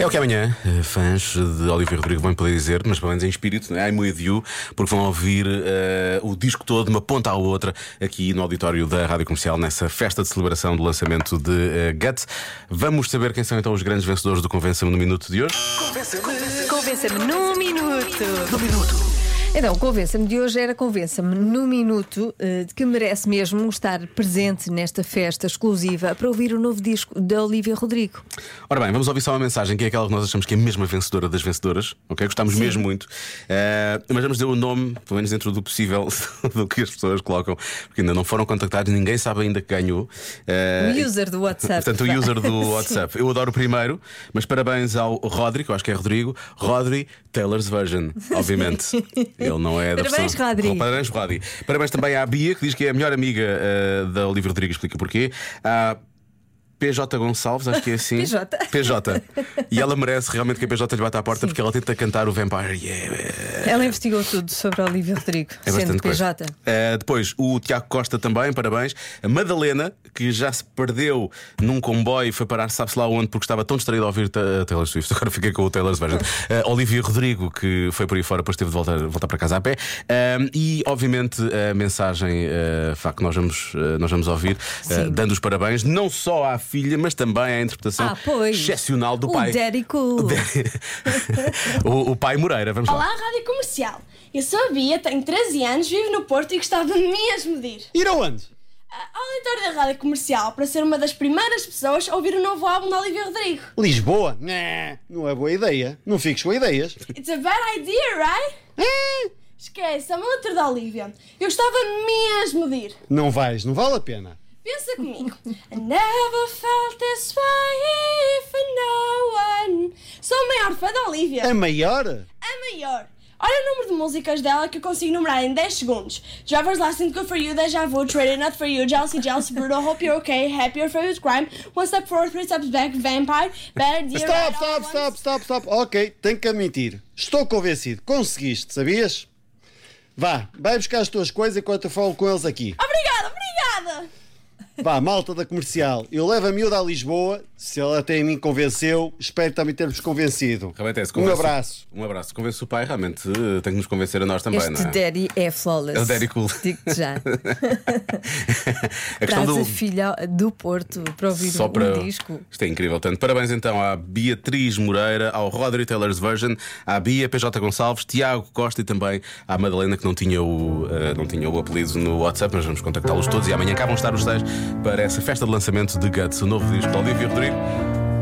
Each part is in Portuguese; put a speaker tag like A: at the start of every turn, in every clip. A: É o que amanhã eh, fãs de Olivia Rodrigo vão poder dizer, mas pelo menos em espírito, né? I'm with you, porque vão ouvir eh, o disco todo, de uma ponta à outra, aqui no auditório da Rádio Comercial, nessa festa de celebração do lançamento de eh, Guts. Vamos saber quem são então os grandes vencedores do Convença-me no Minuto de hoje?
B: Convença-me num minuto. Num minuto.
C: Então, o convença-me de hoje era convença-me no minuto eh, de que merece mesmo estar presente nesta festa exclusiva para ouvir o novo disco da Olivia Rodrigo.
A: Ora bem, vamos ouvir só uma mensagem que é aquela que nós achamos que é mesmo a vencedora das vencedoras, ok? Gostamos mesmo muito. Eh, mas vamos dizer o nome, pelo menos dentro do possível, do que as pessoas colocam, porque ainda não foram contactados, ninguém sabe ainda que ganhou. Eh,
C: O user do WhatsApp.
A: Portanto,
C: vá.
A: o user do
C: Sim.
A: WhatsApp. Eu adoro o primeiro, mas parabéns ao Rodrigo, acho que é Rodrigo. Rodri Taylor's Version, obviamente. Ele não é da
C: Parabéns,
A: versão-
C: Rodri.
A: Parabéns, Rodri. Parabéns também à Bia, que diz que é a melhor amiga eh, da Olivia Rodrigo, explica porquê. À PJ Gonçalves, acho que é assim.
C: PJ.
A: PJ. E ela merece realmente que a PJ lhe bata à porta porque ela tenta cantar o Vampire. Yeah.
C: Ela investigou tudo sobre a Olivia Rodrigo,
A: É
C: sendo
A: bastante coisa.
C: PJ.
A: Eh, depois, o Tiago Costa também, parabéns. A Madalena, que já se perdeu num comboio e foi parar, sabe-se lá onde, porque estava tão distraída a ouvir ta- a Taylor Swift. Agora fiquei com o Taylor's Version. Eh, Olivia Rodrigo, que foi por aí fora, depois teve de voltar, voltar para casa a pé. Ahm, e, obviamente, a mensagem eh, Fá, que nós vamos, eh, nós vamos ouvir, eh, dando os parabéns não só à filha, mas também à interpretação
C: Ah, pois.
A: excepcional do
C: o
A: pai.
C: Daddy Cool.
A: o, o pai Moreira, vamos lá.
D: Olá, Rádio Comercial. Eu sou a Bia, tenho 13 anos, vivo no Porto e gostava mesmo de ir
E: Ir aonde?
D: ah, ao leitor da Rádio Comercial para ser uma das primeiras pessoas a ouvir o novo álbum da Olivia Rodrigo.
E: Lisboa? Né, não é boa ideia. Não fiques com ideias.
D: It's a bad idea, right? Esquece, é uma letra da Olivia. Eu gostava mesmo de ir.
E: Não vais, não vale a pena.
D: Pensa comigo. I never felt this way for no one. Sou a maior fã da Olivia.
E: A maior?
D: a maior. Olha o número de músicas dela que eu consigo numerar em 10 segundos. Driver's License, Good For You, Deja Vu, Traded Not For You, Jealousy, Jealousy, Brutal, Hope You're Okay, Happy, Your Favorite Crime, One Step Forward, Three Steps Back, Vampire, Better Dear...
E: Stop,
D: Right
E: stop,
D: All At
E: stop, stop, stop. Ok, tenho que admitir. Estou convencido. Conseguiste, sabias? Vá, vai buscar as tuas coisas enquanto eu falo com eles aqui.
D: Once. Obrigada, obrigada!
E: Vá, malta da comercial. Eu levo a miúda a Lisboa. Se ela até a mim convenceu, espero também ter-vos convencido.
A: Realmente é, se
E: um
A: convence-
E: abraço.
A: Um abraço. Convence o pai, realmente eh, tem que nos convencer a nós também,
C: Este
A: não é?
C: Daddy é flawless.
A: É o daddy cool.
C: Digo-te já.
A: a questão
C: Traz
A: do.
C: a filha do Porto para ouvir
A: Só
C: o
A: para...
C: disco.
A: Isto é incrível. Tanto parabéns então à Beatriz Moreira, ao Rodrigo Taylor's Version, à Bia PJ Gonçalves, Tiago Costa e também à Madalena, que não tinha o, eh, não tinha o apelido no WhatsApp, mas vamos contactá-los todos e amanhã cá vão estar os seis para essa festa de lançamento de Guts, o novo disco de Olivia Rodrigo.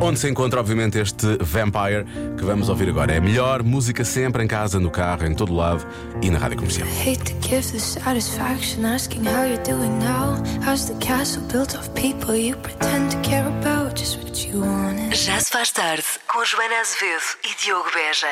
A: Onde se encontra, obviamente, este Vampire que vamos ouvir agora. É a melhor música sempre em casa, no carro, em todo lado e na rádio comercial.
F: Hate to give the satisfaction asking how you're doing now. How's the castle built of people you pretend to care about? Just what you wanted.
G: Já se faz tarde com Joana Azevedo e Diogo Beja.